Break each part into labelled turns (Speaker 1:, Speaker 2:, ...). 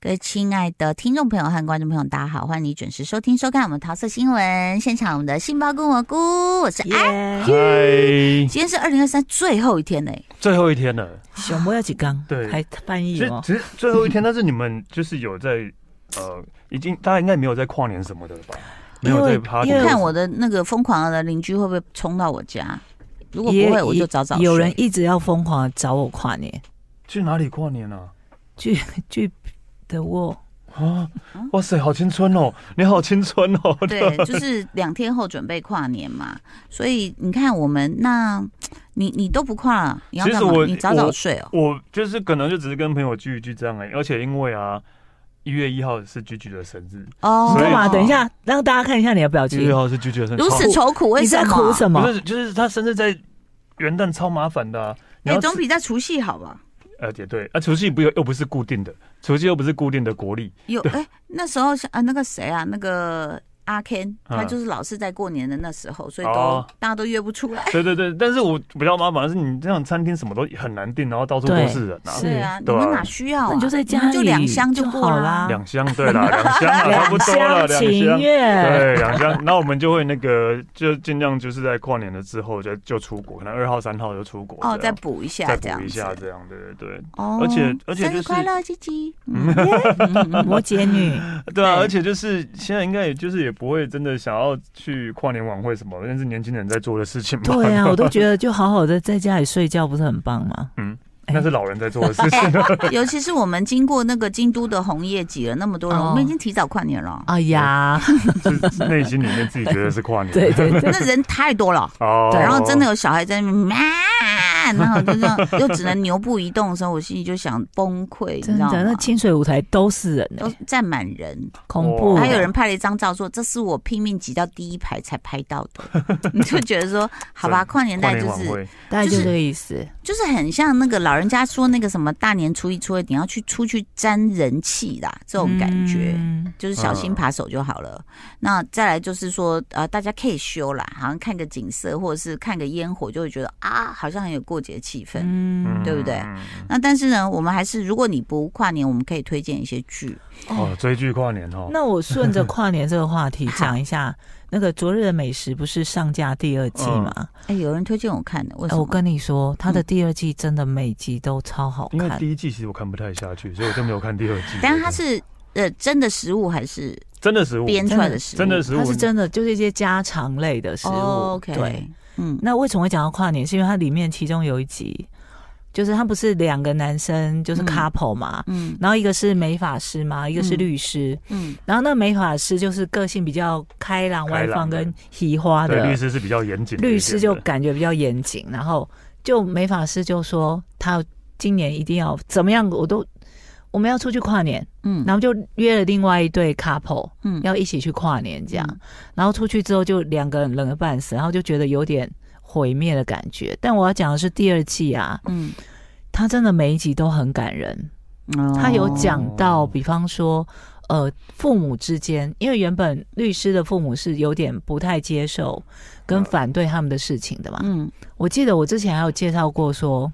Speaker 1: 各位亲爱的听众朋友和观众朋友，大家好，欢迎你准时收听收看我们桃色新闻现场，我们的杏鲍菇蘑菇，我是安。
Speaker 2: 哎
Speaker 3: 耶！
Speaker 2: 嗨，
Speaker 1: 今天是二零二三最后一天呢、
Speaker 2: 最后一天了。
Speaker 3: 小莫要几缸？
Speaker 2: 对
Speaker 3: 还翻
Speaker 2: 其
Speaker 3: 译
Speaker 2: 实
Speaker 3: 哦。
Speaker 2: 其实最后一天，但是你们就是有在呃，已经大家应该没有在跨年什么的了吧？没有在 party
Speaker 3: 因为
Speaker 1: 看我的那个疯狂的邻居会不会冲到我家？如果不会，
Speaker 3: 也
Speaker 1: 我就早早睡
Speaker 3: 有人一直要疯狂地找我跨年，
Speaker 2: 去哪里跨年啊？
Speaker 3: 去去的沃，
Speaker 2: 啊，哇塞，好青春哦！ 你好青春哦！
Speaker 1: 对，就是两天后准备跨年 嘛，所以你看我们那，你你都不跨了，你要干
Speaker 2: 其
Speaker 1: 嘛
Speaker 2: 实？我
Speaker 1: 你早早睡哦。
Speaker 2: 我就是可能就只是跟朋友聚一聚这样而已，而且因为啊，一月一号是居居的生日，
Speaker 1: 哦
Speaker 3: 你
Speaker 2: 所以
Speaker 3: 干嘛？等一，下，让大家看一下你的表
Speaker 2: 一月一
Speaker 3: 情。
Speaker 2: 号是居居的生日，
Speaker 1: 如此愁苦，为
Speaker 3: 你
Speaker 1: 什
Speaker 3: 在
Speaker 1: 么？
Speaker 3: 哭什
Speaker 2: 超
Speaker 3: 么
Speaker 2: 不？是就是他生日在元旦超麻烦的、啊，你
Speaker 1: 哎，
Speaker 2: 要
Speaker 1: 总
Speaker 2: 吃
Speaker 1: 比在除夕好吧？
Speaker 2: 呃也对啊，除夕不又又不是固定的，除夕又不是固定的国历，
Speaker 1: 有哎，那时候像啊那个谁啊，那个阿 Ken，他就是老是在过年的那时候，所以都
Speaker 2: 嗯哦
Speaker 1: 大家都约不出来。
Speaker 2: 对对对，但是我比较麻烦的是，你这样餐厅什么都很难订，然后到处都
Speaker 3: 对
Speaker 2: 是人啊，
Speaker 3: 是
Speaker 1: 对啊，你
Speaker 2: 对啊
Speaker 1: 们哪需要啊？
Speaker 3: 那你就在家
Speaker 1: 你们就
Speaker 3: 里
Speaker 1: 两箱就
Speaker 3: 就
Speaker 1: 过啊
Speaker 3: 好
Speaker 1: 啦
Speaker 3: 啦。
Speaker 2: 两箱对啦， 两箱啊，差不
Speaker 3: 两
Speaker 2: 多了，
Speaker 3: 厢
Speaker 2: 两
Speaker 3: 情
Speaker 2: 箱。
Speaker 3: 愿。
Speaker 2: 对，两箱，那我们就会那个，就尽量就是在跨年了之后就就出国，可能二号、三号就出国这样，
Speaker 1: 哦，再补一下
Speaker 2: 再
Speaker 1: 这样
Speaker 2: 补一
Speaker 1: 子
Speaker 2: 下这样，对对对，
Speaker 1: 哦，
Speaker 2: 而且而且
Speaker 1: 生
Speaker 2: 就
Speaker 1: 日
Speaker 2: 是
Speaker 1: 快乐，鸡 鸡。嗯
Speaker 2: 嗯，
Speaker 3: 摩羯女，
Speaker 2: 对
Speaker 1: 对
Speaker 2: 啊，而且就是现在应该也就是也不会真的想要去跨年晚会什么，那是年轻人在做的事情嘛，
Speaker 3: 对 啊，我都觉得就好好的在家里睡觉，不是很棒吗？
Speaker 2: 嗯
Speaker 3: 哎，
Speaker 2: 那是老人在做的事 情，
Speaker 1: 尤其是我们经过那个京都的红叶集了那么多人，
Speaker 3: 哦
Speaker 1: 我们已经提早跨年了，
Speaker 3: 哎呀，
Speaker 2: 就是内心里面自己觉得是跨年，
Speaker 3: 对对对，
Speaker 1: 那人太多了。
Speaker 2: 哦，
Speaker 1: 然后真的有小孩在那边妈，然后就这样又只能牛步移动的时候，我心里就想崩 溃，你知
Speaker 3: 真
Speaker 1: 道
Speaker 3: 的，那
Speaker 1: 吗？
Speaker 3: 清水舞台都是人
Speaker 1: 都
Speaker 3: 欸，
Speaker 1: 站满人，
Speaker 3: 恐
Speaker 2: 哦
Speaker 3: 怖。
Speaker 1: 还有人拍了一张照说：“这是我拼命挤到第一排才拍到 的。”你就觉得说，好吧，跨年
Speaker 2: 跨
Speaker 1: 代
Speaker 2: 年
Speaker 1: 就
Speaker 2: 晚
Speaker 1: 是
Speaker 2: 会。
Speaker 3: 大概就
Speaker 1: 就是
Speaker 3: 这个意思。
Speaker 1: 就是很像那个老人家说那个什么大年初一初二你要去出去沾人气啦，这种感觉。
Speaker 3: 嗯
Speaker 1: 就是小心扒手就好了。那再来就是说，呃，大家可以休啦，好像看个景色或者是看个烟火，就会觉得啊，好像很有过节气氛。
Speaker 3: 嗯
Speaker 1: 对不对
Speaker 2: 嗯
Speaker 1: 那但是呢，我们还是如果你不跨年，我们可以推荐一些剧。
Speaker 2: 哦，追剧跨年哦，
Speaker 3: 哎那我顺 着跨年这个话题
Speaker 1: 好
Speaker 3: 讲一下，那个《昨日的美食》不是上架第二季
Speaker 2: 嗯
Speaker 3: 吗？
Speaker 1: 哎，有人推荐我看的，为
Speaker 3: 哎
Speaker 1: 什
Speaker 2: 哦
Speaker 1: 么？
Speaker 3: 我跟你说，它的第二季真的每集都超好
Speaker 2: 嗯因为
Speaker 3: 看。
Speaker 2: 第一季其实我看不太下去，所以我就没有看第二季。
Speaker 1: 但它是呃真的食物还是
Speaker 2: 真的食物，
Speaker 1: 编出来的食物？
Speaker 2: 真的食物，
Speaker 3: 它是真的就是一些家常类的食物。
Speaker 1: 哦 OK，
Speaker 3: 对，，
Speaker 1: 嗯，
Speaker 3: 那为什么会讲到跨年？是因为它里面其中有一集，就是他不是两个男生就是
Speaker 1: 嗯
Speaker 3: couple 嘛，
Speaker 1: 嗯
Speaker 3: 然后一个是美法师嘛，一个是
Speaker 1: 嗯
Speaker 3: 律师，
Speaker 1: 嗯，
Speaker 3: 然后那个美法师就是个性比较开朗、
Speaker 2: 开
Speaker 3: 外
Speaker 2: 朗
Speaker 3: 放
Speaker 2: 的
Speaker 3: 跟喜花的
Speaker 2: 对律师是比较严谨的一点的，
Speaker 3: 律师就感觉比较严谨，然后就美法师就说他今年一定要怎么样，我都我们要出去跨年，
Speaker 1: 嗯，
Speaker 3: 然后就约了另外一对 couple
Speaker 1: 嗯
Speaker 3: 要一起去跨年这样，
Speaker 1: 嗯
Speaker 3: 然后出去之后就两个人冷得半死，然后就觉得有点毁灭的感觉。但我要讲的是第二季啊，
Speaker 1: 嗯，
Speaker 3: 他真的每一集都很感人，
Speaker 1: 哦
Speaker 3: 他有讲到，比方说。呃，父母之间，因为原本律师的父母是有点不太接受跟
Speaker 2: 嗯
Speaker 3: 反对他们的事情的嘛，
Speaker 1: 嗯
Speaker 3: 我记得我之前还有介绍过说，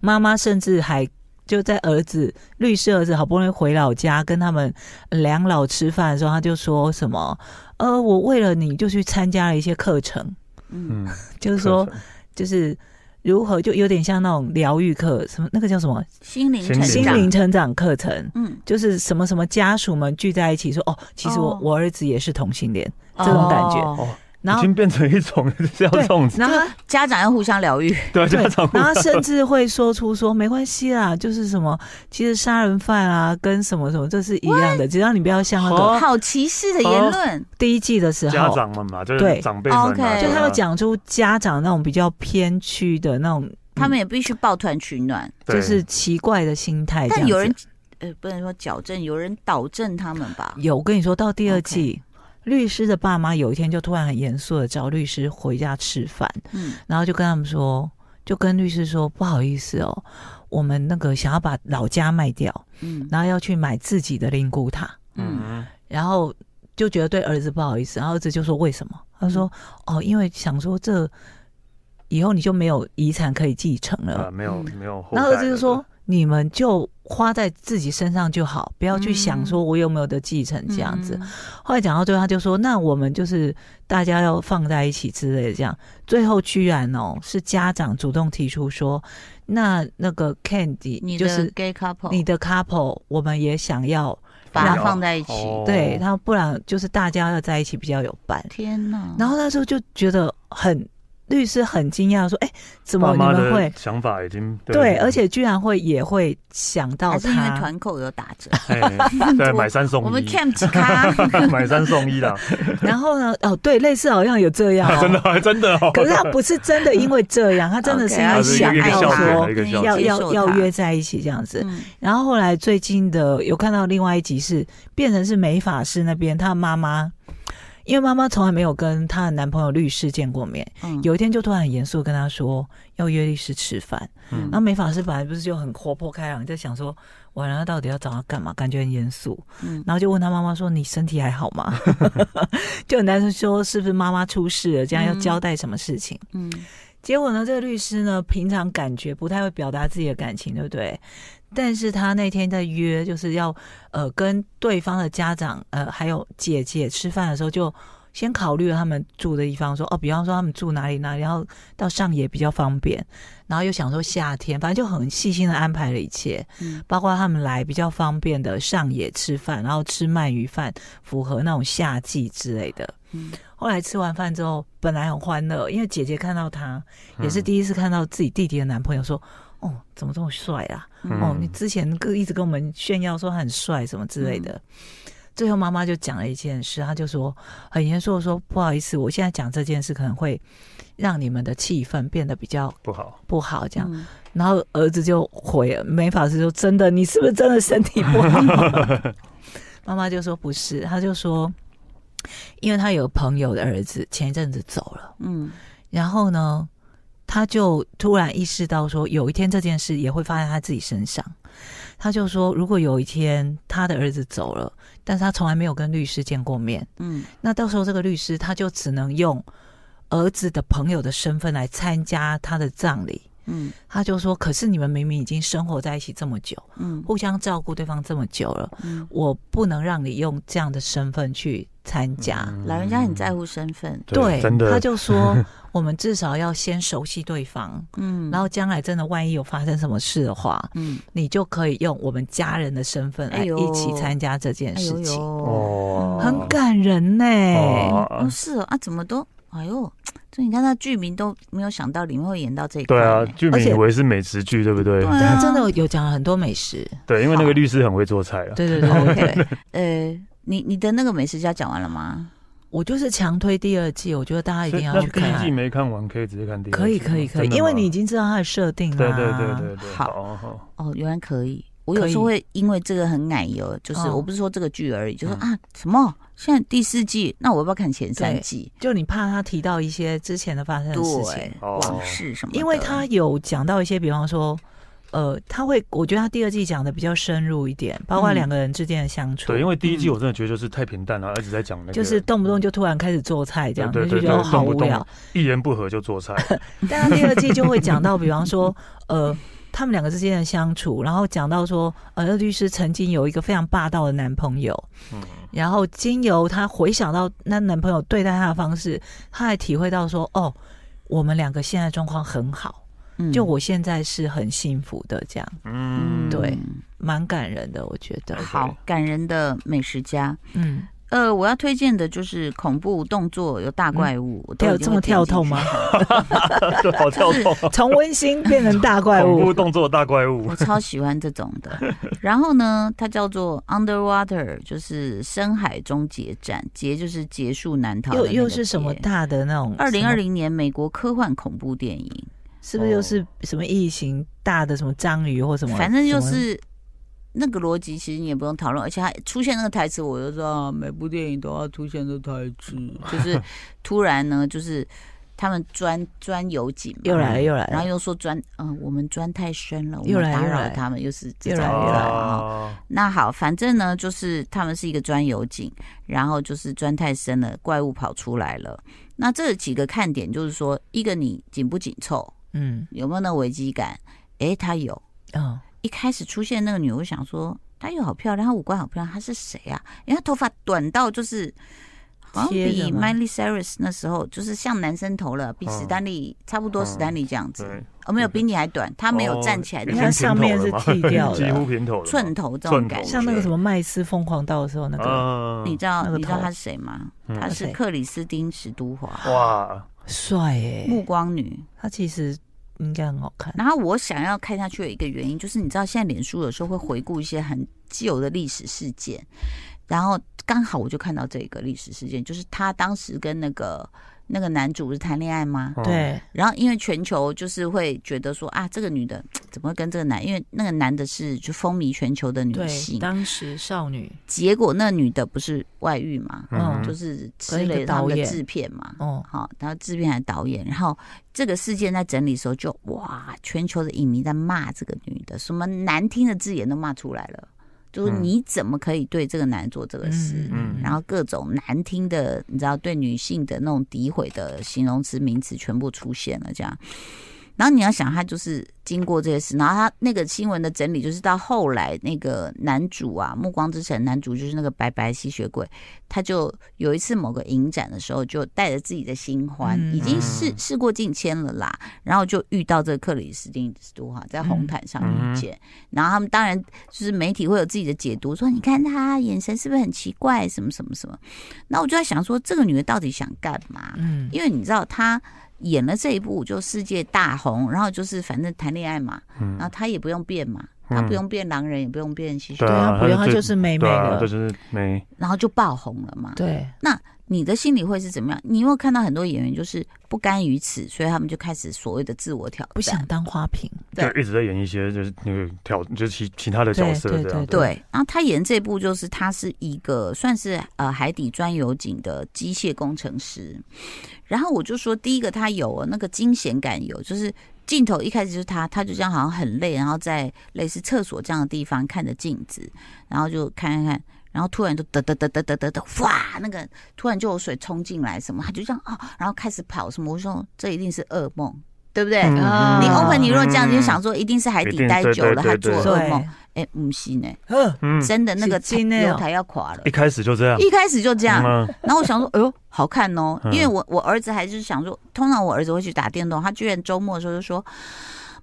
Speaker 3: 妈妈甚至还就在儿子律师儿子好不容易回老家跟他们两老吃饭的时候，他就说什么：“呃，我为了你就去参加了一些课程，
Speaker 1: 嗯
Speaker 2: 嗯，
Speaker 3: 就是说就是就是如何就有点像那种疗愈课，什么那个叫什么
Speaker 1: 心灵
Speaker 2: 心
Speaker 1: 成
Speaker 2: 灵
Speaker 3: 心
Speaker 1: 长，
Speaker 3: 灵成长课程。”
Speaker 1: 嗯，
Speaker 3: 就是什么什么家属们聚在一起说哦，其实我、
Speaker 1: 哦
Speaker 3: 我儿子也是同性恋，这种感觉
Speaker 1: 哦
Speaker 2: 哦，
Speaker 3: 然
Speaker 2: 已
Speaker 3: 后
Speaker 2: 经变成一种 是要这种
Speaker 3: 然后他
Speaker 1: 家长要互相疗愈，
Speaker 2: 对
Speaker 3: 对
Speaker 2: 家长会
Speaker 3: 然后他甚至会说出说没关系啦，就是什么，其实杀人犯啊跟什么什么这是一样的，只要你不要像那个
Speaker 2: 哦
Speaker 1: 好歧视的言论，
Speaker 3: 第一季的时
Speaker 2: 家
Speaker 3: 候，
Speaker 2: 长们嘛，就
Speaker 3: 对哦
Speaker 2: 是长辈们啊，
Speaker 1: OK
Speaker 2: 对啊
Speaker 3: 就他们，讲出家长那种比较偏区的那种，
Speaker 1: 他们也必须抱团取暖。
Speaker 2: 对
Speaker 3: 就是奇怪的心态这样
Speaker 1: 但
Speaker 3: 子。
Speaker 1: 有人呃，不能说矫正，有人导正他们吧？
Speaker 3: 有我跟你说到第二季。律师的爸妈有一天就突然很严肃的找律师回家吃饭，
Speaker 1: 嗯，
Speaker 3: 然后就跟他们说，就跟律师说不好意思哦，我们那个想要把老家卖掉，
Speaker 1: 嗯
Speaker 3: 然后要去买自己的灵骨塔，
Speaker 1: 嗯，
Speaker 2: 嗯，
Speaker 3: 然后就觉得对儿子不好意思，然后儿子就说为什么？
Speaker 1: 嗯
Speaker 3: 他说哦，因为想说这以后你就没有遗产可以继承了。
Speaker 2: 啊，没有没有后代
Speaker 3: 呃嗯然后
Speaker 2: 了，
Speaker 3: 儿子就说你们就花在自己身上就好，不要去想
Speaker 1: 嗯
Speaker 3: 说我有没有得继承这样子。
Speaker 1: 嗯
Speaker 3: 后来讲到最后，他就说：“那我们就是大家要放在一起之类的这样。”最后居然哦，是家长主动提出说：“那那个 Candy
Speaker 1: 你
Speaker 3: 就
Speaker 1: 的
Speaker 3: 是
Speaker 1: gay couple，
Speaker 3: 你的 couple，我们也想要、
Speaker 1: 把它
Speaker 3: 然后
Speaker 1: 放在一起，
Speaker 2: 哦
Speaker 3: 对，然后不然就是大家要在一起比较有伴。
Speaker 1: 天哪！
Speaker 3: 然后那时候就觉得很律师很惊讶，说：“哎、怎么
Speaker 2: 爸
Speaker 3: 你
Speaker 2: 妈
Speaker 3: 们会
Speaker 2: 的？”想法已经
Speaker 3: 对，而且居然会也会想到
Speaker 1: 哦还是因为
Speaker 3: 他，
Speaker 1: 团购有打折，
Speaker 2: 哎 对买三送一，
Speaker 1: 我们 camp 几咖，
Speaker 2: 买三送一啦，
Speaker 3: 然后呢？哦，对，类似好像有这样、哦
Speaker 2: 真的还真的哦，
Speaker 3: 可是他不是真的因为这样，他真的是因 为
Speaker 1: OK，
Speaker 3: 想
Speaker 2: 一个
Speaker 3: 要
Speaker 2: 笑点
Speaker 3: 说
Speaker 1: 哦
Speaker 2: 一个笑点
Speaker 3: 要要要约
Speaker 1: 子，
Speaker 3: 在一起这样子。
Speaker 1: 嗯
Speaker 3: 然后后来最近的有看到另外一集是变成是美法师那边他妈妈，因为妈妈从来没有跟她的男朋友律师见过面，
Speaker 1: 嗯
Speaker 3: 有一天就突然很严肃地跟他说要约律师吃饭。
Speaker 2: 嗯
Speaker 3: 然后美法师本来不是就很活泼开朗，在想说完了他到底要找他干嘛，感觉很严肃。
Speaker 1: 嗯
Speaker 3: 然后就问他妈妈说：“你身体还好吗？” 就很担心说是不是妈妈出事了，这样要
Speaker 1: 嗯
Speaker 3: 交代什么事情。
Speaker 1: 嗯，
Speaker 3: 结果呢，这个律师呢，平常感觉不太会表达自己的感情，对不对？但是他那天在约，就是要呃跟对方的家长，呃还有姐姐吃饭的时候，就先考虑了他们住的地方，说哦，比方说他们住哪里哪里，然后到上野比较方便，然后又想说夏天，反正就很细心的安排了一切，
Speaker 1: 嗯
Speaker 3: 包括他们来比较方便的上野吃饭，然后吃鳗鱼饭，符合那种夏季之类的。
Speaker 1: 嗯
Speaker 3: 后来吃完饭之后，本来很欢乐，因为姐姐看到他也
Speaker 1: 嗯
Speaker 3: 是第一次看到自己弟弟的男朋友，说：“哦，怎么这么帅啊？
Speaker 1: 嗯
Speaker 3: 哦，你之前跟一直跟我们炫耀说他很帅什么之类的。
Speaker 1: 嗯
Speaker 3: 最后妈妈就讲了一件事，她就说很严肃的说：“不好意思，我现在讲这件事可能会让你们的气氛变得比较
Speaker 2: 嗯不好，
Speaker 3: 不好。”这样，
Speaker 1: 嗯
Speaker 3: 然后儿子就回了，没法师说：“真的，你是不是真的身体不 好？”妈妈就说：“不是。”她就说：“因为她有朋友的儿子前一阵子走了。”
Speaker 1: 嗯
Speaker 3: 然后呢，他就突然意识到说，有一天这件事也会发生在他自己身上。他就说，如果有一天他的儿子走了，但是他从来没有跟律师见过面，
Speaker 1: 嗯
Speaker 3: 那到时候这个律师他就只能用儿子的朋友的身份来参加他的葬礼。
Speaker 1: 嗯
Speaker 3: 他就说，可是你们明明已经生活在一起这么久，
Speaker 1: 嗯
Speaker 3: 互相照顾对方这么久了，
Speaker 1: 嗯，
Speaker 3: 我不能让你用这样的身份去参加。
Speaker 1: 老人家很在乎身份，
Speaker 3: 对，
Speaker 2: 真的
Speaker 3: 他就说我们至少要先熟悉对方，
Speaker 1: 嗯，
Speaker 3: 然后将来真的万一有发生什么事的话，
Speaker 1: 嗯，
Speaker 3: 你就可以用我们家人的身份来
Speaker 1: 哎呦
Speaker 3: 一起参加这件
Speaker 1: 哎
Speaker 3: 事
Speaker 1: 呦
Speaker 3: 情，
Speaker 1: 呦，
Speaker 2: 哦
Speaker 3: 很感人呢、
Speaker 1: 哦是哦啊，怎么都，哎呦，就你看那剧名都没有想到里面会演到这一块
Speaker 2: 对
Speaker 1: 呢，
Speaker 2: 啊，剧名以为是美食剧，对不对？
Speaker 1: 对
Speaker 3: 他
Speaker 1: 啊，
Speaker 3: 真的有讲了很多 美食，
Speaker 2: 对，因为那个律师很会做菜啊。
Speaker 3: 对对对对对，
Speaker 1: 呃，你你的那个美食家讲完了吗？
Speaker 3: 我就是强推第二季，我觉得大家一
Speaker 2: 所
Speaker 3: 定要
Speaker 2: 以那
Speaker 3: 去
Speaker 2: 第一季
Speaker 3: 看，
Speaker 2: 没看完，可以直接看第二季吗。
Speaker 3: 可以可以可以，
Speaker 2: 真的吗
Speaker 3: 因为你已经知道它的设定
Speaker 2: 对
Speaker 3: 了，
Speaker 2: 对对对对，
Speaker 1: 好
Speaker 2: 好，好
Speaker 1: 哦，原来可以。我有时候
Speaker 3: 可
Speaker 1: 会因为这个很奶油，就是
Speaker 3: 嗯
Speaker 1: 我不是说这个剧而已，就是
Speaker 2: 嗯
Speaker 1: 啊什么现在第四季，那我要不要看前三
Speaker 3: 对
Speaker 1: 季？
Speaker 3: 就你怕他提到一些之前的发生的事情
Speaker 1: 对，，
Speaker 2: 哦
Speaker 1: 往事什么的？
Speaker 3: 因为他有讲到一些，比方说，呃，他会，我觉得他第二季讲的比较深入一点，包括
Speaker 1: 嗯
Speaker 3: 两个人之间的相处，
Speaker 2: 对，因为第一季我真的觉得就是太平淡了，一直在讲那个，
Speaker 3: 嗯就是动不动就突然开始做菜这样，
Speaker 2: 对
Speaker 3: 你
Speaker 2: 对
Speaker 3: 就
Speaker 2: 对
Speaker 3: 觉得
Speaker 2: 对
Speaker 3: 好
Speaker 2: 动不
Speaker 3: 无
Speaker 2: 动
Speaker 3: 聊。
Speaker 2: 一言不合就 做菜。
Speaker 3: 但他第二季就会讲到，比方说，呃。他们两个之间的相处，然后讲到说，呃，那律师曾经有一个非常霸道的男朋友，
Speaker 2: 嗯
Speaker 3: 然后经由她回想到那男朋友对待她的方式，她还体会到说，哦，我们两个现在状况很好，
Speaker 1: 嗯
Speaker 3: 就我现在是很幸福的，这样
Speaker 2: 嗯，
Speaker 3: 对蛮感人的，我觉得。
Speaker 1: 好感人的美食家。
Speaker 3: 嗯，
Speaker 1: 呃，我要推荐的就是恐怖动作有大怪物，我都
Speaker 3: 嗯有
Speaker 1: 已经
Speaker 3: 这么
Speaker 1: 会点
Speaker 3: 跳
Speaker 1: 进
Speaker 3: 痛
Speaker 1: 去？
Speaker 3: 吗？
Speaker 2: 对，好
Speaker 1: 就
Speaker 2: 跳
Speaker 1: 是
Speaker 2: 动，
Speaker 3: 从温馨变成大怪
Speaker 2: 恐怖
Speaker 3: 物，
Speaker 2: 动作大怪物
Speaker 1: 我。超喜欢这种的。然后呢，它叫做 Underwater，就是深海终结战，结就是结束难逃的
Speaker 3: 又
Speaker 1: 那
Speaker 3: 又
Speaker 1: 个
Speaker 3: 是什么
Speaker 1: 结？
Speaker 3: 大的那种？
Speaker 1: 二零二
Speaker 3: 什么，
Speaker 1: 零年美国科幻恐怖电影，
Speaker 3: 是不是又是什么异形大的什么章鱼或什么？
Speaker 1: 反正就
Speaker 3: 什么
Speaker 1: 是那个逻辑，其实你也不用讨论，而且它出现那个台词，我就知道、啊、每部电影都要出现这台 词，就是突然呢，就是他们钻钻油井嘛，
Speaker 3: 又来了又来
Speaker 1: 然后
Speaker 3: 了，
Speaker 1: 又说钻，嗯、我们钻太深了，我
Speaker 3: 又
Speaker 1: 们
Speaker 3: 来
Speaker 1: 打
Speaker 3: 又
Speaker 1: 扰
Speaker 3: 来
Speaker 1: 他们，又是这
Speaker 3: 又
Speaker 1: 种
Speaker 3: 来又来
Speaker 1: 啊。那好，反正呢，就是他们是一个钻油井，然后就是钻太深了，怪物跑出来了。那这几个看点就是说，一个你紧不紧凑，
Speaker 3: 嗯
Speaker 1: 有没有那危机感？诶，他有。
Speaker 3: 嗯，
Speaker 1: 一一开始出现那个女，我想说她又好漂亮，她五官好漂亮，她是谁啊？因为她头发短到就是。好像
Speaker 3: 贴着
Speaker 1: 比
Speaker 3: 吗哦
Speaker 1: Miley Cyrus 那时候就是像男生头了，比
Speaker 2: 嗯
Speaker 1: 史丹利、差不多，
Speaker 2: 嗯
Speaker 1: 史丹利这样子，
Speaker 2: 对，哦
Speaker 1: 哦，没有比你还短，他没有站起来的
Speaker 2: 已
Speaker 3: 你
Speaker 1: 样
Speaker 3: 看
Speaker 2: 经
Speaker 1: 子，
Speaker 3: 上面是剃掉
Speaker 2: 几乎
Speaker 3: 的，
Speaker 2: 平头了嘛，
Speaker 1: 寸头这种感
Speaker 2: 寸
Speaker 1: 觉
Speaker 2: 头
Speaker 3: 像。那个什么麦斯疯狂到的时候那个
Speaker 2: 啊
Speaker 1: 你知道
Speaker 3: 那个
Speaker 1: 你知道
Speaker 3: 头哦
Speaker 1: 她是谁吗？
Speaker 2: 嗯
Speaker 1: 她是
Speaker 3: 谁
Speaker 1: 克里斯汀·史都华，
Speaker 2: 哇，
Speaker 3: 帅哎，
Speaker 1: 暮光女。
Speaker 3: 他其实应该很好看。
Speaker 1: 然后我想要看下去的一个原因，就是你知道现在脸书有时候会回顾一些很旧的历史事件，然后刚好我就看到这个历史事件，就是她当时跟那个那个男主不是谈恋爱吗？
Speaker 2: 嗯，
Speaker 3: 对，
Speaker 1: 然后因为全球就是会觉得说啊，这个女的怎么会跟这个男？因为那个男的是就风靡全球的女
Speaker 3: 对，
Speaker 1: 性，
Speaker 3: 当时少女，
Speaker 1: 结果那女的不是外遇嘛，
Speaker 3: 嗯
Speaker 1: 就是是吃
Speaker 3: 跟一个
Speaker 1: 了他
Speaker 3: 导
Speaker 1: 们的
Speaker 3: 演
Speaker 1: 制片嘛，
Speaker 3: 哦，
Speaker 1: 好，然后制片还导演，然后这个事件在整理的时候就哇，全球的影迷在骂这个女的，什么难听的字眼都骂出来了，就是
Speaker 2: 嗯
Speaker 1: 你怎么可以对这个男人做这个事？
Speaker 2: 嗯
Speaker 1: 然后各种难听的，你知道对女性的那种诋毁的形容词、名词全部出现了，这样。然后你要想，他就是经过这些事，然后他那个新闻的整理，就是到后来那个男主啊，《暮光之城》男主就是那个白白吸血鬼，他就有一次某个影展的时候，就带着自己的新欢，
Speaker 3: 嗯
Speaker 1: 已经事
Speaker 2: 嗯
Speaker 1: 事过境迁了啦，然后就遇到这个克里斯汀·斯图哈在红毯上遇见，然后他们当然就是媒体会有自己的解读，说你看她眼神是不是很奇怪，什么什么什么。那我就在想说，这个女的到底想干嘛？
Speaker 3: 嗯，
Speaker 1: 因为你知道她演了这一部就世界大红，然后就是反正谈恋爱嘛，
Speaker 3: 嗯
Speaker 2: 嗯
Speaker 1: 然后她也不用变嘛，她不用变狼人，也不用变吸血鬼，
Speaker 2: 对
Speaker 3: 对
Speaker 2: 啊
Speaker 3: 啊，不用，
Speaker 2: 她
Speaker 3: 她
Speaker 2: 就
Speaker 3: 就是美美
Speaker 2: 对啊，
Speaker 3: 的
Speaker 2: 这，就是没
Speaker 1: 然后就爆红了嘛。
Speaker 3: 对，
Speaker 1: 你的心理会是怎么样？你有没有看到很多演员就是不甘于此，所以他们就开始所谓的自我挑
Speaker 3: 不想
Speaker 1: 战？
Speaker 3: 当花瓶，
Speaker 2: 就
Speaker 1: 对
Speaker 2: 一直在演一些就是那个挑，就是其其他的角色
Speaker 3: 对对
Speaker 2: 这样，
Speaker 3: 对
Speaker 1: 对，然后他演这部就是他是一个算是呃海底专有井的机械工程师，然后我就说第一个他有那个惊险感有，就是镜头一开始就是他，他就这样好像很累，然后在类似厕所这样的地方看着镜子，然后就看看看，然后突然就得得得得得得得，哇，那个突然就有水冲进来什么，他就这样啊、然后开始跑什么，我说这一定是噩梦，对不对？
Speaker 2: 嗯
Speaker 3: 啊
Speaker 1: 你
Speaker 3: 嗯
Speaker 1: open，你如果这样，你就
Speaker 2: 嗯
Speaker 1: 想说一定是海
Speaker 2: 一
Speaker 1: 底
Speaker 2: 定
Speaker 1: 待
Speaker 2: 对
Speaker 1: 久
Speaker 2: 对
Speaker 1: 了，
Speaker 2: 对
Speaker 1: 他做
Speaker 2: 对
Speaker 1: 噩
Speaker 3: 对
Speaker 1: 梦。哎，不是呢，
Speaker 3: 嗯，
Speaker 2: 嗯，
Speaker 1: 真的那个
Speaker 3: 是真的哦
Speaker 1: 楼台要垮了
Speaker 2: 一。开始就这样，
Speaker 1: 一开始就这样，
Speaker 2: 嗯
Speaker 1: 然后我想说，哎呦，好看哦，
Speaker 2: 嗯
Speaker 1: 因为我我儿子还是想说，通常我儿子会去打电动，他居然周末的时候就说，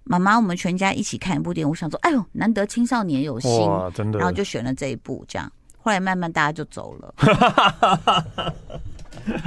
Speaker 1: 妈妈，我们全家一起看一部电影。我想说，哎呦，难得青少年有心，
Speaker 2: 哇，真的，
Speaker 1: 然后就选了这一部，这样。后来慢慢大家就走了，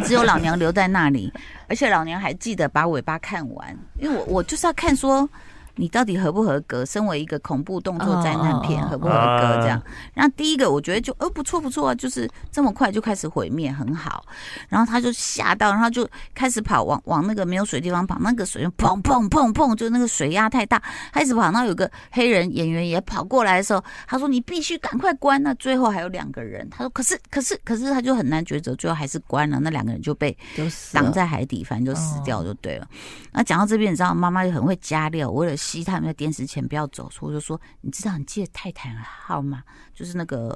Speaker 1: 只有老娘留在那里，而且老娘还记得把尾巴看完，因为我我就是要看说你到底合不合格，身为一个恐怖动作灾难片
Speaker 3: 哦
Speaker 1: 合不合格这样
Speaker 2: 啊。
Speaker 1: 然后第一个我觉得就哦不错不错啊，就是这么快就开始毁灭，很好。然后他就吓到，然后就开始跑往往那个没有水的地方跑，那个水就砰砰砰砰，就那个水压太大，开始跑。然后有个黑人演员也跑过来的时候，他说：“你必须赶快关了。”最后还有两个人，他说：“可是可是可是，他就很难抉择，最后还是关了。那两个人就被
Speaker 3: 就死了
Speaker 1: 挡在海底，反正就死掉就对了。那讲到这边，你知道妈妈就很会加料，为了吸他们在电视前不要走，所以我就说：“你知道你记得泰坦号吗？就是那个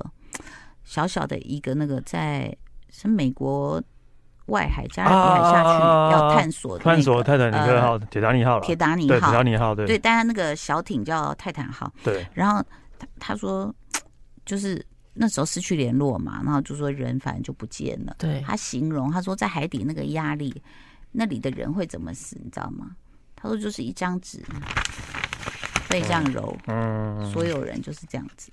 Speaker 1: 小小的一个那个在是美国外海加勒比海下去
Speaker 2: 啊啊啊啊啊
Speaker 1: 要探索的、那个呃
Speaker 2: 探索泰坦尼克号、铁达尼号了，
Speaker 1: 铁达尼
Speaker 2: 对铁达
Speaker 1: 号，
Speaker 2: 尼号，
Speaker 1: 对，
Speaker 2: 对
Speaker 1: 但他那个小艇叫泰坦号。”
Speaker 2: 对，
Speaker 1: 然后他他说，就是那时候失去联络嘛，然后就说人反正就不见了。
Speaker 3: 对，
Speaker 1: 他形容他说在海底那个压力，那里的人会怎么死，你知道吗？他说就是一张纸被这样揉，
Speaker 2: 嗯，
Speaker 1: 所有人就是这样子，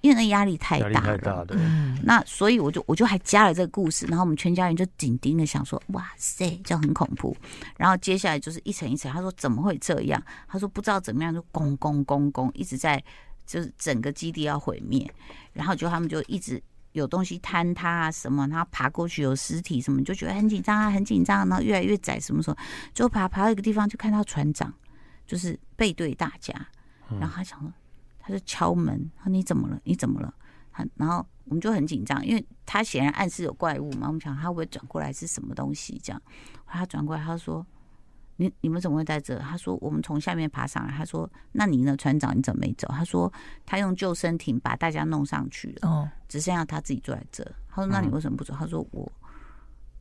Speaker 1: 因为那压力太
Speaker 2: 压力
Speaker 1: 大
Speaker 2: 太
Speaker 1: 了。
Speaker 2: 大，对，
Speaker 3: 嗯，
Speaker 1: 那所以我就我就还加了这个故事，然后我们全家人就紧盯着想说，哇塞，这很恐怖。然后接下来就是一层一层，他说怎么会这样？他说不知道怎么样，就攻攻攻攻，一直在就是整个基地要毁灭，然后就他们就一直。有东西坍塌啊什么，然后爬过去有尸体什么，你就觉得很紧张啊，很紧张啊，然后越来越窄什么什么，就爬爬到一个地方就看到船长，就是背对大家，
Speaker 2: 嗯
Speaker 1: 然后他想说，他就敲门，他说你怎么了？你怎么了？他然后我们就很紧张，因为他显然暗示有怪物嘛，我们想他会不会转过来是什么东西这样。后来他转过来，他说：“你你们怎么会在这？”他说：“我们从下面爬上来。”他说：“那你呢，船长？你怎么没走？”他说：“他用救生艇把大家弄上去了，
Speaker 3: 哦，
Speaker 1: 只剩下他自己坐在这。”他说：“那你为什么不走？”他说：“我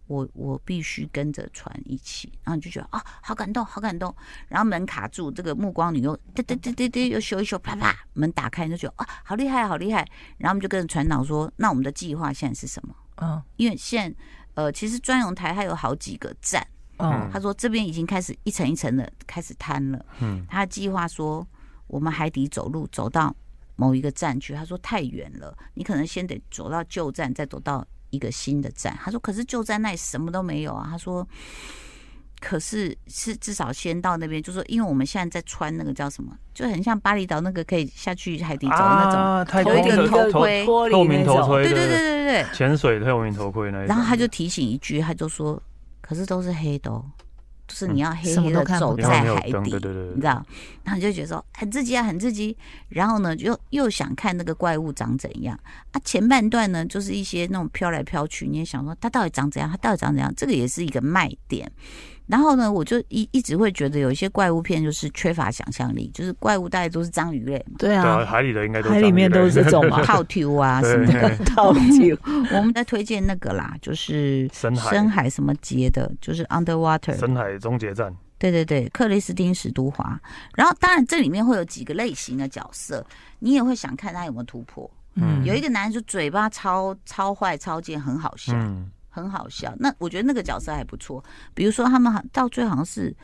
Speaker 1: 我我必须跟着船一起，然后你就觉得啊、好感动，好感动。然后门卡住，这个目光女又滴滴滴滴滴又咻一咻，啪啪，门打开，你就觉得啊、好厉害，好厉害。然后我们就跟着船长说，那我们的计划现在是什么？
Speaker 3: 嗯
Speaker 1: 因为现在呃，其实专用台它有好几个站，
Speaker 3: 嗯
Speaker 1: 他说这边已经开始一层一层的开始摊了。
Speaker 2: 嗯
Speaker 1: 他计划说，我们海底走路走到某一个站去，他说太远了，你可能先得走到旧站，再走到一个新的站。他说，可是旧站那里什么都没有啊。他说，可是是至少先到那边，就说因为我们现在在穿那个叫什么，就很像巴厘岛那个可以下去海底走那种，
Speaker 2: 啊，太
Speaker 1: 头
Speaker 2: 空
Speaker 1: 一个
Speaker 2: 的
Speaker 1: 头
Speaker 2: 头
Speaker 1: 盔
Speaker 3: 脱离
Speaker 2: 透
Speaker 3: 那
Speaker 2: 明头
Speaker 3: 种，
Speaker 2: 盔，
Speaker 1: 对对对，对对。
Speaker 2: 潜水透明头盔那一种。
Speaker 1: 然后他就提醒一句，他就说：“可是都是黑的、哦，就是
Speaker 2: 嗯
Speaker 1: 你要黑
Speaker 3: 什么
Speaker 1: 黑
Speaker 3: 都
Speaker 1: 的
Speaker 3: 看不
Speaker 1: 走
Speaker 2: 因
Speaker 1: 在
Speaker 2: 为没有
Speaker 1: 海底，
Speaker 2: 灯，对对对
Speaker 1: 你知
Speaker 2: 对，
Speaker 1: 道？”然后你就觉得说很刺激啊，很刺激。然后呢，又又想看那个怪物长怎样啊？前半段呢，就是一些那种飘来飘去，你也想说它到底长怎样，它到底长怎样，这个也是一个卖点。然后呢，我就一一直会觉得有一些怪物片就是缺乏想象力，就是怪物大概都是章鱼类 嘛，
Speaker 3: 对
Speaker 2: 对啊，
Speaker 3: 啊，
Speaker 2: 海里的应该都
Speaker 3: 海里面都是这种嘛，
Speaker 1: 套 Q 啊 什么
Speaker 2: 对
Speaker 1: 的。
Speaker 3: 套球，
Speaker 1: 我们在推荐那个啦，就是
Speaker 2: 深海
Speaker 1: 深海什么节的，就是 Underwater。
Speaker 2: 深海终结站，
Speaker 1: 对对对，克里斯汀·史都华。然后当然这里面会有几个类型的角色，你也会想看他有没有突破。
Speaker 3: 嗯，
Speaker 1: 有一个男人就嘴巴超超坏、超贱，很好笑，
Speaker 2: 嗯，
Speaker 1: 很好笑。那我觉得那个角色还不错。比如说他们好到最后好像是。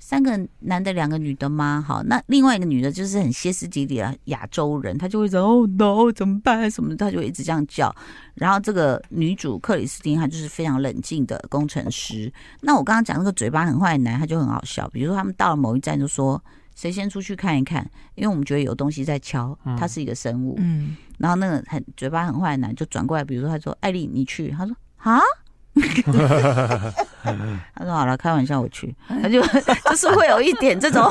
Speaker 1: 三个男的，两个女的吗？好，那另外一个女的就是很歇斯底里的亚洲人，她就会说哦 no 怎么办什么的，她就会一直这样叫。然后这个女主克里斯汀，她就是非常冷静的工程师。那我刚刚讲那个嘴巴很坏的男，他就很好笑。比如说他们到了某一站就说谁先出去看一看，因为我们觉得有东西在敲，
Speaker 2: 嗯
Speaker 1: 它是一个生物。
Speaker 3: 嗯，
Speaker 1: 然后那个很嘴巴很坏的男就转过来，比如说他说艾丽你去，他说啊。 他说好了，开玩笑，我去。 他就就是会有一点这种，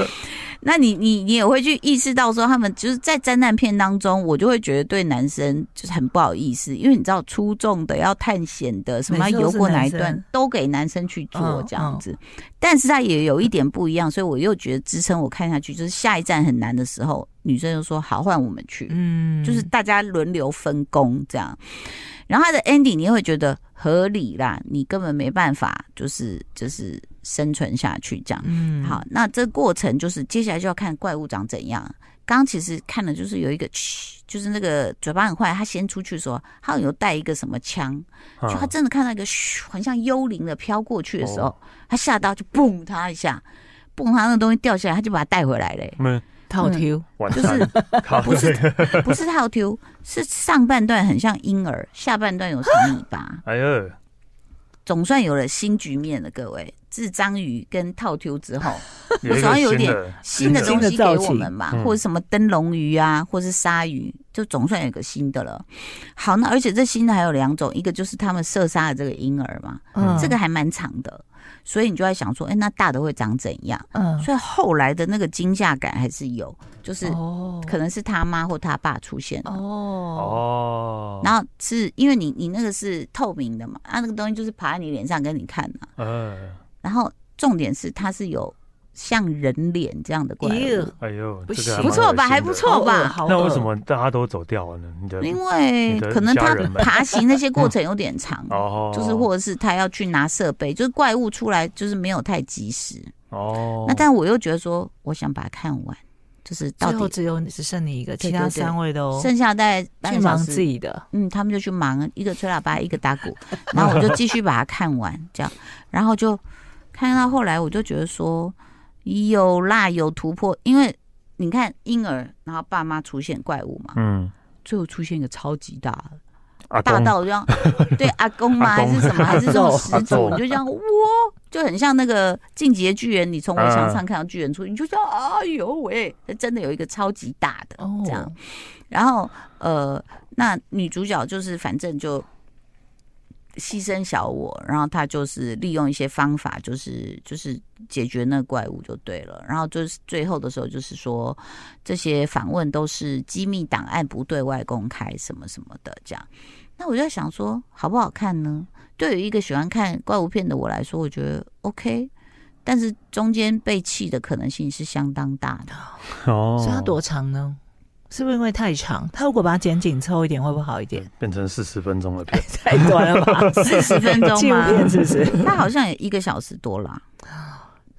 Speaker 1: 那你你你也会去意识到说，他们就是在灾难片当中，我就会觉得对男生就是很不好意思，因为你知道出众的要探险的，什么
Speaker 3: 每次
Speaker 1: 要
Speaker 3: 都
Speaker 1: 游
Speaker 3: 是
Speaker 1: 过哪
Speaker 3: 男
Speaker 1: 一段
Speaker 3: 生
Speaker 1: 都给男生去做
Speaker 3: 嗯
Speaker 1: 这样子，但是他也有一点不一样，所以我又觉得支撑我看下去，就是下一站很难的时候，女生就说好换我们去，
Speaker 3: 嗯，
Speaker 1: 就是大家轮流分工这样。然后他的 ending 你也会觉得合理啦，你根本没办法，就是就是生存下去这样。
Speaker 3: 嗯，
Speaker 1: 好，那这过程就是接下来就要看怪物长怎样。刚刚其实看的就是有一个嘘，就是那个嘴巴很坏，他先出去说，他好像有带一个什么枪，
Speaker 2: 嗯
Speaker 1: 就他真的看到一个嘘，很像幽灵的飘过去的时候
Speaker 2: 哦，
Speaker 1: 他吓到就嘣他一下，嘣他那个东西掉下来，他就把他带回来嘞、
Speaker 2: 没
Speaker 3: 套球，
Speaker 2: 晚
Speaker 1: 就
Speaker 2: 餐
Speaker 1: 是
Speaker 2: 嗯靠
Speaker 1: 不是 不是套丢，是上半段很像婴儿，下半段有长尾 巴，
Speaker 2: 哎呦，
Speaker 1: 总算有了新局面了，各位。自章鱼跟套丢之 后，
Speaker 2: 有
Speaker 1: 我
Speaker 2: 一
Speaker 1: 手上
Speaker 2: 个
Speaker 1: 有一
Speaker 2: 新
Speaker 1: 点
Speaker 2: 的
Speaker 1: 新的东
Speaker 3: 新的
Speaker 1: 西给
Speaker 3: 造
Speaker 1: 我
Speaker 3: 型
Speaker 1: 们嘛，
Speaker 2: 嗯
Speaker 1: 或者什么灯笼鱼啊，或是鲨鱼，就总算有个新的了。好，那而且这新的还有两种，一个就是他们射杀的这个婴儿嘛，
Speaker 3: 嗯，
Speaker 1: 这个，还蛮长的，所以你就在想说，哎、那大的会长怎样？
Speaker 3: 嗯，
Speaker 1: 所以后来的那个惊吓感还是有，就是
Speaker 3: 哦，
Speaker 1: 可能是他妈或他爸出现了。
Speaker 3: 哦，
Speaker 2: 哦，
Speaker 1: 然后是因为你你那个是透明的嘛，啊，那个东西就是爬在你脸上跟你看嘛。
Speaker 2: 嗯，
Speaker 1: 然后重点是它是有像人脸这样的怪
Speaker 3: 咦
Speaker 1: 物，
Speaker 2: 哎呦，
Speaker 3: 不
Speaker 2: 这
Speaker 3: 行
Speaker 2: 个
Speaker 1: 不错吧？还
Speaker 2: 还蛮恶心的
Speaker 1: 不错吧？
Speaker 3: 好恶
Speaker 2: 那为什？么大家都走掉了呢？你的
Speaker 1: 因为
Speaker 2: 你的
Speaker 1: 可能它
Speaker 2: 家人们，
Speaker 1: 爬行那些过程有点长
Speaker 2: 哦，
Speaker 1: 就是或者是它要去拿设备，就是怪物出来就是没有太及时。
Speaker 2: 哦，
Speaker 1: 那但我又觉得说，我想把它看完，就是到
Speaker 3: 好恶最后
Speaker 1: 底
Speaker 3: 只有只剩你一
Speaker 1: 对
Speaker 3: 个，其
Speaker 1: 对
Speaker 3: 他
Speaker 1: 对
Speaker 3: 三位都
Speaker 1: 剩下大概半
Speaker 3: 去
Speaker 1: 个小
Speaker 3: 忙自
Speaker 1: 时。
Speaker 3: 己的，
Speaker 1: 嗯，他们就去忙，一个吹喇叭，一个打鼓， 然后我就继续把它看完，这样，然后就看到后来，我就觉得说有啦，有突破，因为你看婴儿，然后爸妈出现怪物嘛，
Speaker 2: 嗯，
Speaker 1: 最后出现一个超级大的，
Speaker 2: 阿
Speaker 1: 大
Speaker 2: 公
Speaker 1: 到这样，对阿公吗？
Speaker 2: 阿
Speaker 1: 还
Speaker 2: 公
Speaker 1: 是什么？还是这种始
Speaker 2: 阿
Speaker 1: 祖？
Speaker 2: 祖
Speaker 1: 你就这样哇，就很像那个《进击的巨人》，你从围墙上看到巨人出，你就这样，哎呦喂，真的有一个超级大的
Speaker 3: 哦
Speaker 1: 这样。然后呃，那女主角就是反正就牺牲小我，然后她就是利用一些方法，就是就是解决那个怪物就对了。然后就是最后的时候，就是说这些访问都是机密档案，不对外公开什么什么的这样。那我就在想说，好不好看呢？对于一个喜欢看怪物片的我来说，我觉得 OK。但 是中间被弃的可能性是相当大的，
Speaker 2: 哦
Speaker 3: 所以它多长呢？是不是因为太长？他如果把它剪紧凑一点，会不会好一点？，
Speaker 2: 变成四十分钟的片
Speaker 3: 太短了 吧？
Speaker 1: 四十分钟
Speaker 3: 纪录
Speaker 1: 吗？
Speaker 3: 片是不是？
Speaker 1: 他好像也一个小时多啦，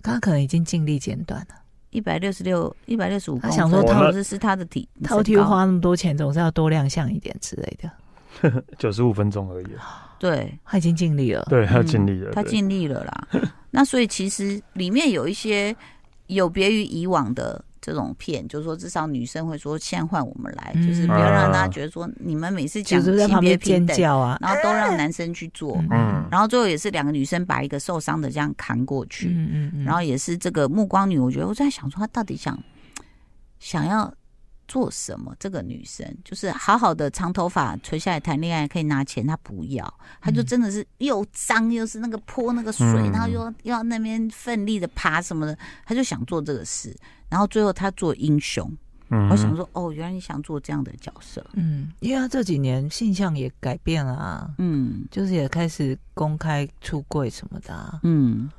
Speaker 3: 他可能已经尽力剪短 了。
Speaker 1: 一百六十六、一百六十五
Speaker 3: 他
Speaker 1: 公
Speaker 3: 想说
Speaker 1: 分
Speaker 2: 他
Speaker 1: 或者是他的体
Speaker 3: 饕
Speaker 1: 身
Speaker 3: 餮
Speaker 1: 高
Speaker 3: 花那么多钱，总是要多亮相一点之类的。
Speaker 1: 哎
Speaker 2: 九十五分钟而已。
Speaker 1: 对，
Speaker 3: 他已经尽力了。
Speaker 2: 对 他
Speaker 1: 嗯
Speaker 2: 尽力了，
Speaker 1: 他
Speaker 2: 对
Speaker 1: 尽力了 啦。那所以其实里面有一些有别于以往的这种片，就是说至少女生会说现在换我们来，
Speaker 3: 嗯
Speaker 1: 就是不要让大家觉得说你们每次
Speaker 3: 就
Speaker 1: 讲
Speaker 3: 是在
Speaker 1: 性
Speaker 3: 旁
Speaker 1: 别
Speaker 3: 边尖
Speaker 1: 平等，
Speaker 3: 叫啊，
Speaker 1: 然后都 让男生去做，
Speaker 2: 嗯
Speaker 1: 然后最后也是两个女生把一个受伤的这样扛过去，
Speaker 3: 嗯嗯嗯，
Speaker 1: 然后也是这个目光女，我觉得我在想说，她到底想想要做什么？这个女生就是好好的长头发垂下来谈恋爱可以拿钱，她不要，她就
Speaker 3: 嗯
Speaker 1: 真的是又脏又是那个泼那个水，
Speaker 2: 嗯
Speaker 1: 然后又又要那边奋力的爬什么的，她就想做这个事，然后最后她做英雄。
Speaker 2: 嗯
Speaker 1: 我想说，哦，原来你想做这样的角色，
Speaker 3: 嗯，因为他这几年性向也改变了啊，
Speaker 1: 嗯
Speaker 3: 就是也开始公开出柜什么的、啊，
Speaker 1: 嗯，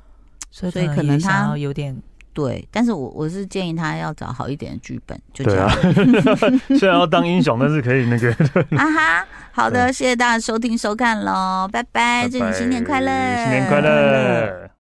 Speaker 3: 所以
Speaker 1: 所以
Speaker 3: 可
Speaker 1: 可
Speaker 3: 能
Speaker 1: 能
Speaker 3: 也想
Speaker 1: 他
Speaker 3: 要有点
Speaker 1: 对。但是我我是建议她要找好一点的剧本，就这
Speaker 2: 对
Speaker 1: 样
Speaker 2: 啊。， 虽然要当英雄，但是可以那个
Speaker 1: 啊哈，哎好的，谢谢大家收听收看喽，拜拜，祝你新年快乐，
Speaker 2: 新年快乐。